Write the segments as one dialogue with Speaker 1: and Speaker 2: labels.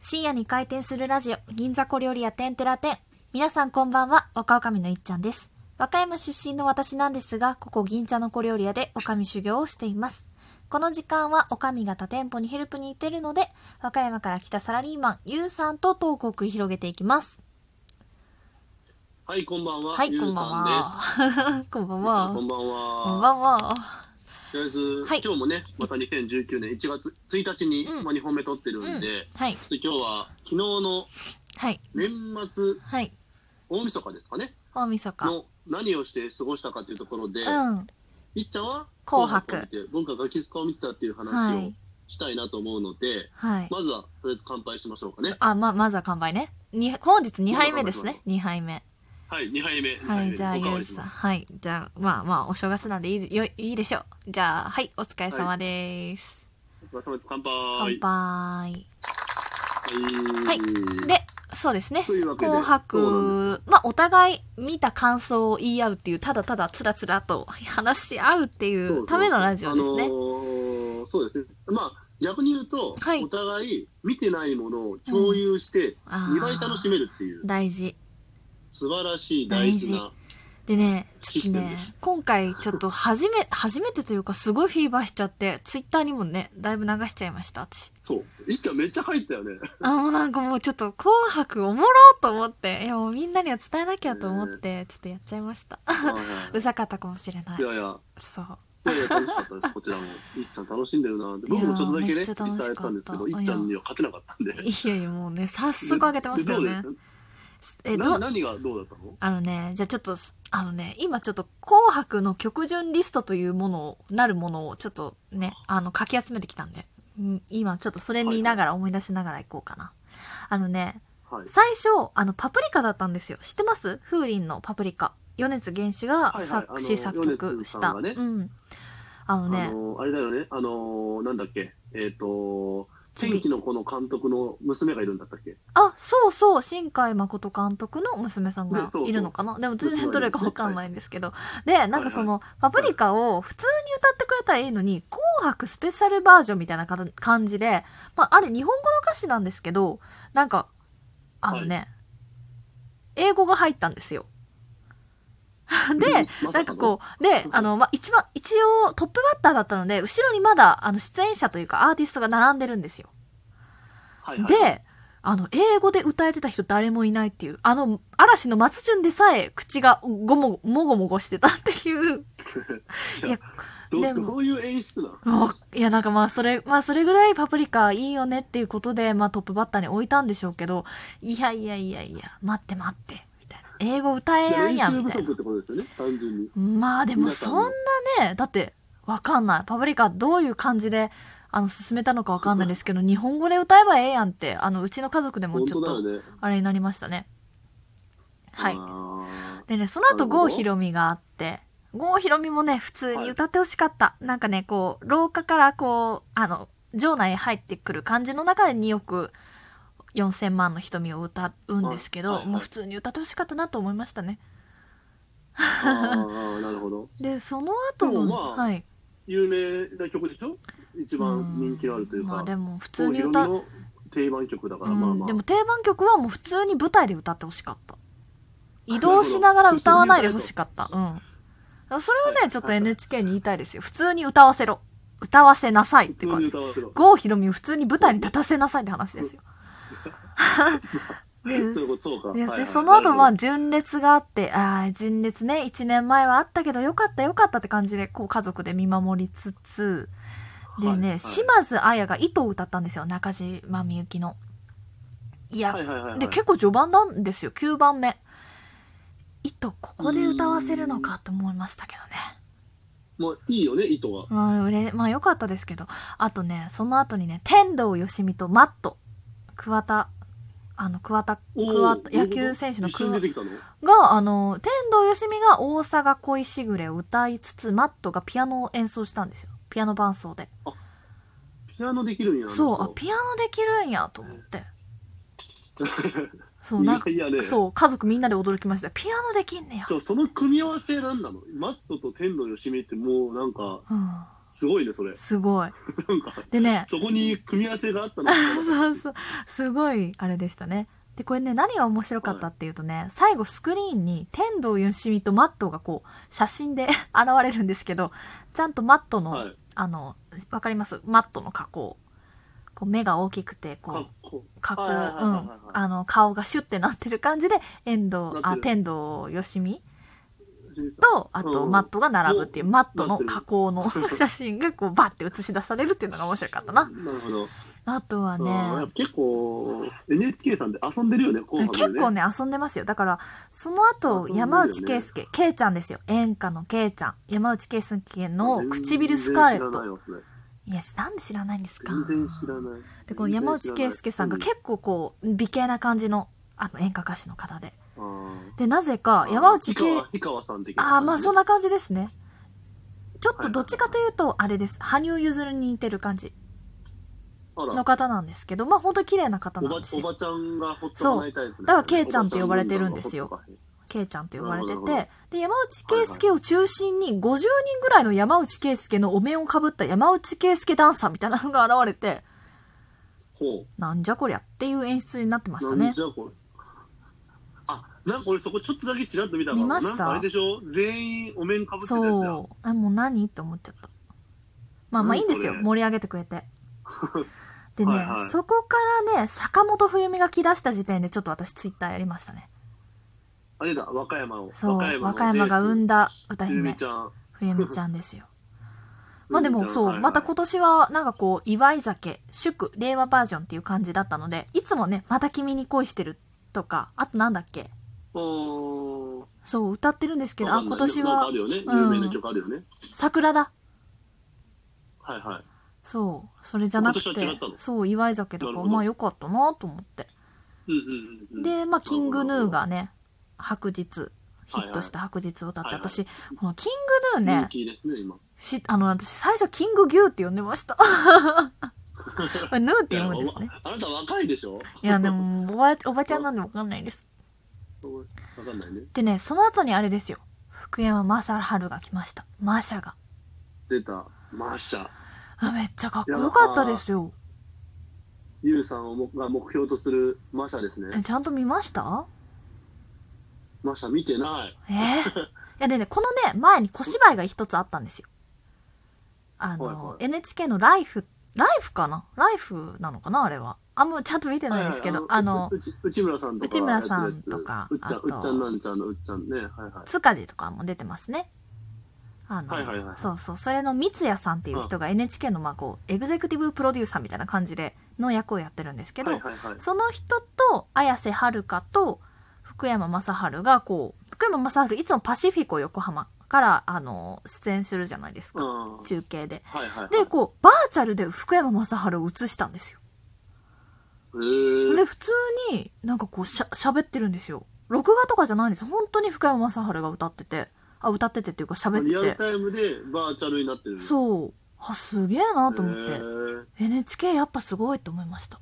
Speaker 1: 深夜に開店するラジオ、銀座小料理屋天てら店。皆さんこんばんは、若女将のいっちゃんです。和歌山出身の私なんですが、ここ銀座の小料理屋で女将修行をしています。この時間は女将が他店舗にヘルプに行ってるので、和歌山から来たサラリーマン、ゆうさんとトークを繰り広げていきます。
Speaker 2: はい、こんばんは。
Speaker 1: はい、
Speaker 2: ゆう
Speaker 1: こ
Speaker 2: さ
Speaker 1: んばんは。こんばんは。
Speaker 2: んです。こんばん
Speaker 1: こん
Speaker 2: は。
Speaker 1: ばんは。
Speaker 2: とりあえず、
Speaker 1: はい
Speaker 2: 今日もね、また2019年1月1日に、
Speaker 1: うん
Speaker 2: まあ、2本目撮ってるんで、
Speaker 1: はい、
Speaker 2: で今日は昨日の
Speaker 1: はい、
Speaker 2: 年末
Speaker 1: はい。
Speaker 2: 大晦日ですかね、
Speaker 1: 大晦日。
Speaker 2: の何をして過ごしたかというところで、
Speaker 1: うん。
Speaker 2: いっちゃんは
Speaker 1: 紅白
Speaker 2: を見て、文化ガキスカを見てたっていう話
Speaker 1: は
Speaker 2: を
Speaker 1: い、
Speaker 2: したいなと思うので、
Speaker 1: はい。
Speaker 2: まずはとりあえず乾杯しましょうかね。
Speaker 1: あ、ま、まずは乾杯ね。に、本日2杯目ですね。2杯目。
Speaker 2: はい、2杯
Speaker 1: は
Speaker 2: 目。二杯
Speaker 1: い、
Speaker 2: 目
Speaker 1: じゃあ、
Speaker 2: おか
Speaker 1: ゆ
Speaker 2: わ
Speaker 1: う
Speaker 2: りし
Speaker 1: さん。
Speaker 2: ます。
Speaker 1: はい、じゃあ、まあまあ、お正月なんでいい、よいいでしょう。じゃあ、はい、お疲れ様です。
Speaker 2: お疲れ様です。乾杯。
Speaker 1: 乾杯。
Speaker 2: はい
Speaker 1: でそうですね。
Speaker 2: というわけで
Speaker 1: 紅白、まあ、お互い見た感想を言い合うっていう、ただただつらつらと話し合うってい
Speaker 2: そうそう
Speaker 1: うためのラジオです
Speaker 2: あ
Speaker 1: ね
Speaker 2: の。ーそうですね。まあ逆に言うと、
Speaker 1: はい
Speaker 2: お互い見てないものを共有して
Speaker 1: あー
Speaker 2: 2倍楽しめるっていう、
Speaker 1: 大事。
Speaker 2: 素晴らしい大事な。
Speaker 1: でね、ちょっと
Speaker 2: システム
Speaker 1: ね
Speaker 2: です、
Speaker 1: 今回ちょっと初め、初めてというかすごいフィーバーしちゃって、ツイッターにもね、だいぶ流しちゃいました、私。
Speaker 2: そう。一回めっちゃ入っ たよね。
Speaker 1: あ、もうなんかもうちょっと紅白おもろと思って、いやもうみんなには伝えなきゃと思って、ちょっとやっちゃいました。うざかったかもしれないい。
Speaker 2: やいや。
Speaker 1: そう。
Speaker 2: いやいや楽しかったです、こちらも。いっちゃん楽しんでるなって。僕もちょっとだけ
Speaker 1: いやーめ
Speaker 2: ね、
Speaker 1: っち
Speaker 2: ツ
Speaker 1: ゃ
Speaker 2: イ
Speaker 1: 楽しかった
Speaker 2: ッターやったんですけど、いっちゃんには勝てなかったんで。
Speaker 1: いやいやもうね、早速上げてましたよ
Speaker 2: で
Speaker 1: ね
Speaker 2: ど。うで
Speaker 1: え、
Speaker 2: な
Speaker 1: ど、
Speaker 2: 何がどうだったの
Speaker 1: あのね、じゃあちょっと、あのね、今ちょっと紅白の曲順リストというものを、なるものをちょっとね、あの、かき集めてきたんで、うん今ちょっとそれ見ながら思い出しながら行こうかな。あのね、
Speaker 2: はい。
Speaker 1: 最初、あの、パプリカだったんですよ。知ってます風鈴のパプリカ。米津玄師が
Speaker 2: はいはい
Speaker 1: 作
Speaker 2: あ
Speaker 1: 詞
Speaker 2: の
Speaker 1: 作曲し
Speaker 2: 米津さ
Speaker 1: た。
Speaker 2: んがね
Speaker 1: うん。あの
Speaker 2: あ
Speaker 1: ね、
Speaker 2: のーあれだよね、あのーなんだっけ、えっ、と、
Speaker 1: 次
Speaker 2: 天気の子の監督の娘がいるんだったっけ
Speaker 1: あ、そうそう、新海誠監督の娘さんが
Speaker 2: ねそうそう
Speaker 1: いるのかなでも全然どれかわかんないんですけど。で、なんかその、パプリカを普通に歌ってくれたらいいのに、紅白スペシャルバージョンみたいなかた感じで、まあ、あれ日本語の歌詞なんですけど、なんか、あのね、英語が入ったんですよ。 で、
Speaker 2: うん
Speaker 1: なんかこう、で、あの、まあ、一番、一応トップバッターだったので、後ろにまだ、あの、出演者というかアーティストが並んでるんですよ。
Speaker 2: はいはい、
Speaker 1: で、あの、英語で歌えてた人誰もいないっていう、あの、嵐の松潤でさえ口がごも、もごもごしてたっていう。いや、
Speaker 2: ど
Speaker 1: で
Speaker 2: う
Speaker 1: も
Speaker 2: どういう演出なの
Speaker 1: もういや、なんかまあ、それ、まあ、それぐらいパプリカいいよねっていうことで、まあ、トップバッターに置いたんでしょうけど、いやいやいやいや、待って待って、みたいな。英語歌えやん
Speaker 2: 練
Speaker 1: や、
Speaker 2: 習
Speaker 1: み
Speaker 2: 不
Speaker 1: たいな
Speaker 2: 足。ってことですよね、単純に。
Speaker 1: まあでも
Speaker 2: 皆さん
Speaker 1: そ
Speaker 2: の
Speaker 1: んなね、だってわかんない。パプリカどういう感じで、あの、進めたのかわかんないですけど、日本語で歌えばええやんって、あの、うちの家族でも
Speaker 2: 本
Speaker 1: ちょ
Speaker 2: 当
Speaker 1: っ
Speaker 2: だよ
Speaker 1: と、
Speaker 2: ね。
Speaker 1: あれになりましたね。はい。
Speaker 2: あ
Speaker 1: でね、その
Speaker 2: な
Speaker 1: 後、
Speaker 2: るほど
Speaker 1: 郷ひろみがあって、郷ひろみもね、普通に歌ってほしかった。なんかね、こう、廊下からこう、あの、場内へ入ってくる感じの中で2億4000万の瞳を歌うんですけど、
Speaker 2: はいはいはい
Speaker 1: もう普通に歌ってほしかったなと思いましたね。
Speaker 2: ーあー、 なるほど。
Speaker 1: で、その後
Speaker 2: で
Speaker 1: の、
Speaker 2: もまあ
Speaker 1: はい。
Speaker 2: 有名な曲でしょ一番人気あるという
Speaker 1: まあ
Speaker 2: か、
Speaker 1: でも普通
Speaker 2: 郷ひ
Speaker 1: に
Speaker 2: ろみ
Speaker 1: 歌、
Speaker 2: の定番曲だか
Speaker 1: う
Speaker 2: ら、まあ
Speaker 1: ん、
Speaker 2: まあ
Speaker 1: で。も定番曲はもう普通に舞台で歌ってほしかった。移動しながら歌わないでほしかった。うん。それを
Speaker 2: は
Speaker 1: ね、
Speaker 2: い
Speaker 1: ちょっと NHK に言いたいですよ。普通に歌わせろ。歌わせなさいって
Speaker 2: 普通
Speaker 1: 感
Speaker 2: に
Speaker 1: じ。
Speaker 2: 歌わせろ。
Speaker 1: 郷ひろみを普通に舞台に立たせなさいって話ですよ。
Speaker 2: そう
Speaker 1: で
Speaker 2: いうこと、そうか。
Speaker 1: で
Speaker 2: はいはい
Speaker 1: でその後、ま
Speaker 2: な
Speaker 1: あ、
Speaker 2: る
Speaker 1: 純烈があって、ああ、純烈ね、1年前はあったけど、よかったよかったって感じで、こう、家族で見守りつつ、
Speaker 2: ほど
Speaker 1: でね、
Speaker 2: はい
Speaker 1: 島津亜矢が糸を歌ったんですよ、中島みゆきの。いや、
Speaker 2: はいはいはいはい
Speaker 1: で、結構序盤なんですよ、9番目。糸、ここで歌わせるのかと思いましたけどね。
Speaker 2: もういいよね、意図は。
Speaker 1: まあ、うれ、まあ、良かったですけど。あとね、その後にね、天童よしみとマット、桑田、あの、桑田、
Speaker 2: おー
Speaker 1: 桑田、
Speaker 2: どういう
Speaker 1: 野
Speaker 2: こと
Speaker 1: 球選手の
Speaker 2: 一緒に
Speaker 1: 桑
Speaker 2: 出てきたの
Speaker 1: が、あの、天童よしみが大阪恋しぐれを歌いつつ、マットがピアノを演奏したんですよ。ピアノ伴奏で。
Speaker 2: ピアノできるんやな
Speaker 1: そう、あ、ピアノできるんやと思って。そう、
Speaker 2: い
Speaker 1: な
Speaker 2: や
Speaker 1: んか、
Speaker 2: いやね。そう。
Speaker 1: そう、家族みんなで驚きました。ピアノできんねや。
Speaker 2: その組み合わせなんなのマットと天童よしみってもうなんか、
Speaker 1: うん。
Speaker 2: すごいね、それ。
Speaker 1: すごい。
Speaker 2: なんか、
Speaker 1: でね、
Speaker 2: そこに組み合わせがあったのかな
Speaker 1: そうそう。すごい、あれでしたね。で、これね、何が面白かったっていうとね、最後スクリーンに天童よしみとマットがこう、写真で 現れるんですけど、ちゃんとマットの、
Speaker 2: はい。
Speaker 1: あの、わかりますマットの加工。こう、目が大きくて、こ
Speaker 2: か
Speaker 1: う
Speaker 2: っ、こ
Speaker 1: 加工、う
Speaker 2: はいはいはいはいはい
Speaker 1: ん。あの、顔がシュッてなってる感じで、遠藤、
Speaker 2: なっ
Speaker 1: あ、
Speaker 2: てる
Speaker 1: 天童よしみ
Speaker 2: いい。
Speaker 1: と、あと、
Speaker 2: うん
Speaker 1: マットが並ぶっていう、マットの加工の
Speaker 2: なってる
Speaker 1: 写真がこう、バッて映し出されるっていうのが面白かったな。
Speaker 2: なるほど。
Speaker 1: あとは
Speaker 2: うんやっ
Speaker 1: ね
Speaker 2: ぱ、結構、NHK さんで遊んでるよね、後半でね。
Speaker 1: 結構ね、遊んでますよ。だから、その後、
Speaker 2: 遊んでるよね
Speaker 1: 山内圭介、圭ちゃんですよ。演歌の圭ちゃん。山内圭介の唇スカーレッ
Speaker 2: 全然知らな
Speaker 1: ト。
Speaker 2: いわそれ
Speaker 1: いや、なんで知らないんですか
Speaker 2: 全然知らない。
Speaker 1: で、この山内圭介さんが結構こう、美形な感じの、あの、演歌歌手の方で。
Speaker 2: 構、
Speaker 1: で、なぜか、山内
Speaker 2: 内
Speaker 1: 圭、
Speaker 2: 川氷川さん的
Speaker 1: ああ、まあそん
Speaker 2: な
Speaker 1: な感じですね。ちょっとどっちかというと、あれです。羽生結弦に似てる感じ
Speaker 2: 感じね。あ
Speaker 1: の
Speaker 2: ら
Speaker 1: 方なんですけど、まあ本当に綺麗な方
Speaker 2: お
Speaker 1: な
Speaker 2: ば
Speaker 1: んです
Speaker 2: お
Speaker 1: よ。
Speaker 2: ばちゃんがほっとかないタイプね、
Speaker 1: そうだからケイちゃんって呼ばれてるんですよ
Speaker 2: おばちゃんの
Speaker 1: 圭ちゃんって呼ばれて
Speaker 2: なるほどなる
Speaker 1: て、で、山内圭介を中心に50人ぐらいの山内圭介のお面をかぶった山内圭介ダンサーみたいなのが現れて、
Speaker 2: ほ
Speaker 1: なんじゃこりゃっていう演出になってまし
Speaker 2: う。
Speaker 1: た
Speaker 2: なん
Speaker 1: ね
Speaker 2: じ。ゃこれ。あ、なんか俺そこちょっとだけちらっと見たかも
Speaker 1: 見ました
Speaker 2: なんかあれでしょ全員お面かぶってたやつや。
Speaker 1: そう。あ、もう何って思っちゃった。まあまあいいんですよ。
Speaker 2: 何それ
Speaker 1: 盛り上げてくれ て。でね、
Speaker 2: はいはい
Speaker 1: そこからね、坂本冬美が来だした時点でちょっと私ツイッターやりましたね。
Speaker 2: あれだ、和歌山を。
Speaker 1: そう、和
Speaker 2: の
Speaker 1: 歌山が生んだ歌
Speaker 2: ゆ
Speaker 1: 姫
Speaker 2: みち、ゃん。
Speaker 1: 冬美ちゃんですよ。まあで もそう、
Speaker 2: ゆみちゃん
Speaker 1: また今年はなんかこう、祝い酒、祝、令和バージョンっていう感じだったので、いつもね、また君に恋してるとか、あとなんだっけ、
Speaker 2: おー
Speaker 1: そう、歌ってるんですけど、
Speaker 2: わ
Speaker 1: あ、
Speaker 2: かんない
Speaker 1: 今年
Speaker 2: なんかあ
Speaker 1: は
Speaker 2: るよね。
Speaker 1: うん
Speaker 2: 有名な曲あるよね。
Speaker 1: 桜だ。
Speaker 2: はいはい。
Speaker 1: そう、それじゃなく
Speaker 2: 今
Speaker 1: て
Speaker 2: 年は違ったの、
Speaker 1: そう、祝い酒だか
Speaker 2: なる
Speaker 1: ら、
Speaker 2: ほど
Speaker 1: まあよかったなと思って。
Speaker 2: うんうんうんうん。
Speaker 1: で、まあ、キングヌーがね、白日、ヒットした白日を歌って、
Speaker 2: はいはい
Speaker 1: 私、このキングヌー
Speaker 2: 人
Speaker 1: ね、
Speaker 2: 気ですね、今。
Speaker 1: し、あの、私、最初、キング牛って呼んでま した。これヌーって呼ぶんですね。
Speaker 2: あなた若いでしょ
Speaker 1: いや、でも、おば、おばちゃんなんでわかんないです。
Speaker 2: わかんないね。
Speaker 1: でね、その後にあれですよ。福山雅治が来ました。マシャが。
Speaker 2: 出た、マーシャ。
Speaker 1: あめっちゃかっこよかったですよ。
Speaker 2: ユウさんをもが目標とするマシャです
Speaker 1: え
Speaker 2: ね。
Speaker 1: ちゃんと見ました
Speaker 2: マシャ見てない。
Speaker 1: ええ いやでね、このね、前に小芝居が一つあったんですよ。あの、
Speaker 2: はいはい
Speaker 1: NHK のライフ、ライフかなライフなのかなあれは。あんまちゃんと見てないんですけど、あの、
Speaker 2: うち内村さんとか。
Speaker 1: 内村さんとか
Speaker 2: うっちゃん、
Speaker 1: あと
Speaker 2: うっちゃんなんちゃんのうっちゃんね。はいは
Speaker 1: 塚地とかも出てますね。あの、
Speaker 2: はいはいはい
Speaker 1: そうそう、それの三谷さんっていう人が NHK のまあこう、エグゼクティブプロデューサーみたいな感じで、の役をやってるんですけ
Speaker 2: い。
Speaker 1: ど、
Speaker 2: はいはいはい。
Speaker 1: その人と綾瀬はるかと福山雅治がこう福山雅治いつもパシフィコ横浜からあの出演するじゃないです
Speaker 2: うん
Speaker 1: か中継で
Speaker 2: はいはいはい。
Speaker 1: でこうバーチャルで福山雅治を映したんですよ
Speaker 2: う
Speaker 1: で普通になんかこうしゃ喋ってるんですよ録画とかじゃないんです本当に福山雅治が歌っててあ歌っててっていうか喋
Speaker 2: リアル
Speaker 1: ってて
Speaker 2: タイムでバーチャルになってる。う
Speaker 1: そうあすげえなと思って、
Speaker 2: て。
Speaker 1: NHK やっぱすごいと思いました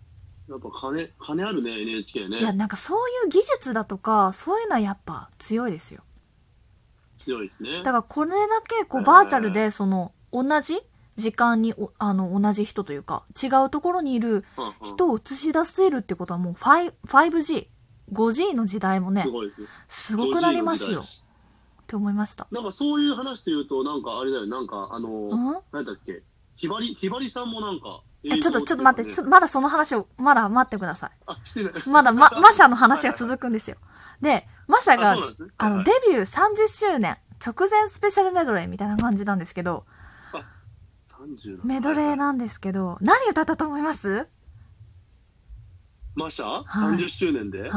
Speaker 2: やっぱ金、金あるね、NHK
Speaker 1: いや
Speaker 2: ね。
Speaker 1: なんかそういう技術だとかそういうのはやっぱ強いですよ
Speaker 2: 強いですね。
Speaker 1: だからこれだけこ
Speaker 2: え
Speaker 1: う
Speaker 2: ー
Speaker 1: バーチャルでその同じ時間におあの同じ人というか違うところにいる
Speaker 2: うんうん
Speaker 1: 人を映し出せるってことはもう 5- 5G、5G の時代もね
Speaker 2: す、ごいですね。
Speaker 1: すごくなりますよって思いました。
Speaker 2: なんかそういう話で言うと、なんかあれだよ、なんかあのー、
Speaker 1: うん
Speaker 2: なんだっけ、ひばり、ひばりさんもなんか、
Speaker 1: え、ちょっと、ちょっと待って、ちょっ
Speaker 2: っ
Speaker 1: とまだその話を、まだ待ってくださ
Speaker 2: と、あ、してない。
Speaker 1: い。まだ、ま、 マシャの話が続くんです よ。で、マシャ
Speaker 2: あ
Speaker 1: が
Speaker 2: そうなんですね。
Speaker 1: あ
Speaker 2: は
Speaker 1: の、
Speaker 2: いは
Speaker 1: デ
Speaker 2: い
Speaker 1: ビュー30周年直前スペシャルメドレーみたいな感じなんですけど、
Speaker 2: 30の
Speaker 1: メドレー。なんですけど、何歌ったと思います
Speaker 2: マシャ
Speaker 1: はい
Speaker 2: ?30 周年で、い、
Speaker 1: はい。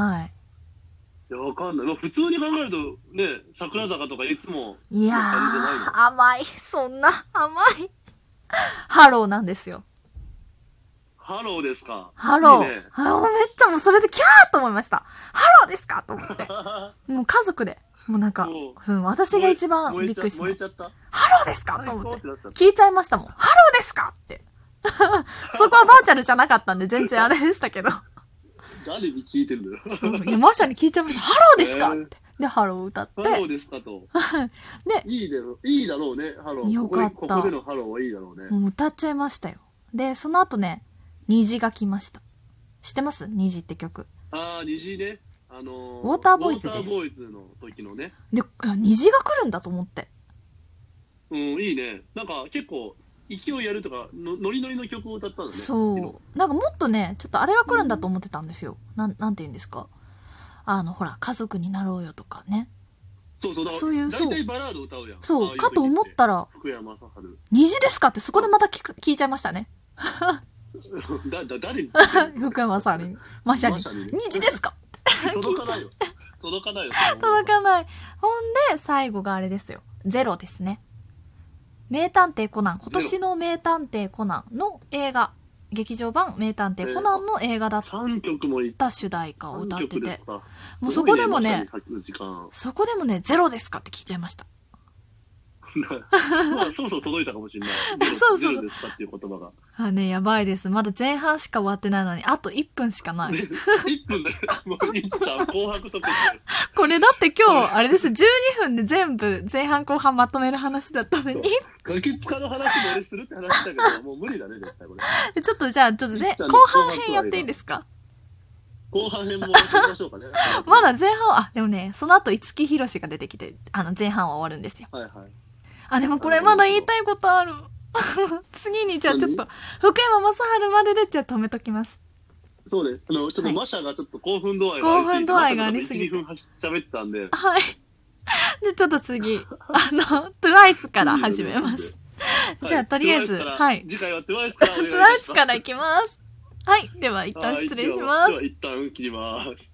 Speaker 2: や、わかんない。まあ、普通に考えると、ね、桜坂とかいつも、
Speaker 1: いや
Speaker 2: 感じじゃない
Speaker 1: ー、甘い。そんな甘い。ハローなんですよ。
Speaker 2: ハローですか。
Speaker 1: ハロー。
Speaker 2: いいね
Speaker 1: あーめっちゃもうそれでキャーと思いました。ハローですかと思って。 もう家族で。もうなんか、
Speaker 2: おう
Speaker 1: うん、私が一番
Speaker 2: 燃
Speaker 1: び
Speaker 2: え
Speaker 1: っ
Speaker 2: ちゃ
Speaker 1: くりしま
Speaker 2: 燃え
Speaker 1: し
Speaker 2: ちゃった。
Speaker 1: た。ハローですかと
Speaker 2: 最
Speaker 1: 思
Speaker 2: 高
Speaker 1: っ
Speaker 2: ってて。なっちゃった。
Speaker 1: 聞いちゃいましたもん。ハローですかって。 そこはバーチャルじゃなかったんで全然あれでしたけど。
Speaker 2: 誰に聞いてるんだよ。
Speaker 1: そういや、マシャに聞いちゃいました。ハローですかって。 で、ハローを歌っ
Speaker 2: ハロ
Speaker 1: て、
Speaker 2: ーですかと。
Speaker 1: で
Speaker 2: いいだろう、いいだろうね、ハロー。
Speaker 1: よかった
Speaker 2: ここここでのハローはいいだろうね。
Speaker 1: もう歌っちゃいましたよ。で、その後ね、虹が来ました。知ってます虹って曲。
Speaker 2: ああ、虹ね。あの
Speaker 1: ウォーターボーイズです
Speaker 2: ウォーターボーイズの時のね。
Speaker 1: で、あ虹が来るんだと思って。
Speaker 2: うん、いいね。なんか結構、勢いやるとか、のノリノリの曲を歌ったんだね。昨
Speaker 1: そう。なんかもっとね、ちょっとあれが来るんだと思ってたんですよ。なん、なんて言うんですか。あの、ほら、家族になろうよとかね。
Speaker 2: 日。そうそう、だから
Speaker 1: そういうそう
Speaker 2: 大体バラード歌うやん。ああ
Speaker 1: そう、
Speaker 2: い時
Speaker 1: かと思ったら、
Speaker 2: 福山雅治。
Speaker 1: 虹ですかってそこでまた聞く聞いちゃいましたね。
Speaker 2: だ、だ、誰に
Speaker 1: 福山さん に、マシャ
Speaker 2: マ
Speaker 1: に
Speaker 2: シャにね。
Speaker 1: 虹ですか
Speaker 2: 届かないよ。届かないよ。
Speaker 1: 届かない。ほんで、最後があれですよ。ゼロですね。名探偵コナン、今年の名探偵コナンの映画、劇場版名探偵コナンの映画だっ
Speaker 2: 3曲もいった
Speaker 1: 主題歌を歌って
Speaker 2: 三曲で
Speaker 1: て
Speaker 2: す、か
Speaker 1: もうそこでもね、
Speaker 2: すごいまさにさっきの時間
Speaker 1: そこでもね、ゼロですかって聞いちゃいました。
Speaker 2: まあそろそろ届いたかもしれな い。
Speaker 1: そうそう
Speaker 2: ゼロですかっていう言葉が。
Speaker 1: あ、ね、やばいです。まだ前半しか終わってないのに、あと1分しかない。
Speaker 2: 1分だよ。もう1分、紅白特集。
Speaker 1: これだって今日、あれです、12分で全部、前半後半まとめる話だったのに、
Speaker 2: ガキ使の話も俺するって話だけど、もう無理だね、絶対これ。
Speaker 1: で ちょっとじゃあ、ちょっと前
Speaker 2: いっちゃん
Speaker 1: 後
Speaker 2: の
Speaker 1: 半編やっていいですか
Speaker 2: 後半編もやってみましょうかね。
Speaker 1: まだ前半は、あ、でもね、その後、五木ひろしが出てきて、あの、前半は終わるんですよ。
Speaker 2: はいはい。
Speaker 1: あ、でもこれまだ言いたいことある。 次に、じゃあちょっと、福山雅治までで、じゃあ止めときます。
Speaker 2: そうね。あの、ちょっ
Speaker 1: は
Speaker 2: と
Speaker 1: い
Speaker 2: マシャがちょっと興奮度合い
Speaker 1: 興奮度合いがありすぎて
Speaker 2: 1、2分喋ってたんで。
Speaker 1: はい。 じゃあちょっと次、あ の、トゥワイスから始めます。
Speaker 2: はい
Speaker 1: じゃあ、とりあえず、
Speaker 2: トゥワイスから
Speaker 1: はい。
Speaker 2: 次回はトゥワイスからお願いし
Speaker 1: ト
Speaker 2: ます。
Speaker 1: ゥワイスからいきます。はい。では、一旦失礼しま
Speaker 2: は
Speaker 1: す
Speaker 2: いでは。では一旦切ります。